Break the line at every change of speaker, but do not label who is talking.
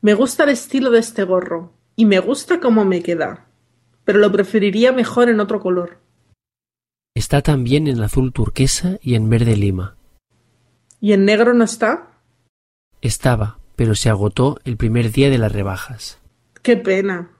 Me gusta el estilo de este gorro y me gusta cómo me queda, pero lo preferiría mejor en otro color.
Está también en azul turquesa y en verde lima.
¿Y en negro no está?
Estaba, pero se agotó el primer día de las rebajas.
Qué pena.